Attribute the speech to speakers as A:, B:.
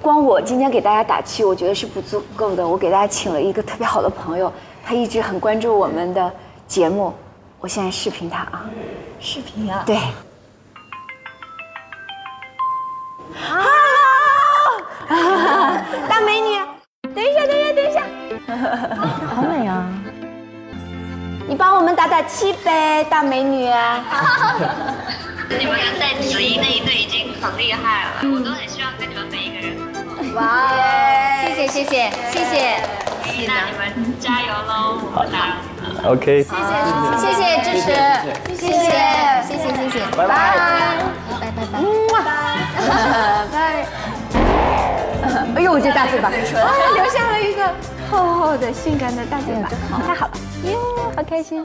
A: 光我今天给大家打气，我觉得是不足够的。我给大家请了一个特别好的朋友，他一直很关注我们的节目，我现在视频他啊。
B: 视频啊，
A: 对，
B: 啊大美女，等一下，等一下， 等一下，
C: 好美啊！
B: 你帮我们打打气呗，大美女。
D: 你们在职一那一队已经很厉害了，我都很希望跟你们每一个人合作。
B: 哇哦，谢谢谢谢谢谢
D: 那你们加油喽，我不打扰你们了。
E: OK，
B: 谢谢支持，谢谢谢谢谢谢，拜拜拜拜拜。
A: 哎呦，我这大嘴巴，啊
B: 留下了一个厚厚的、性感的大嘴巴，太好了，耶，好开心。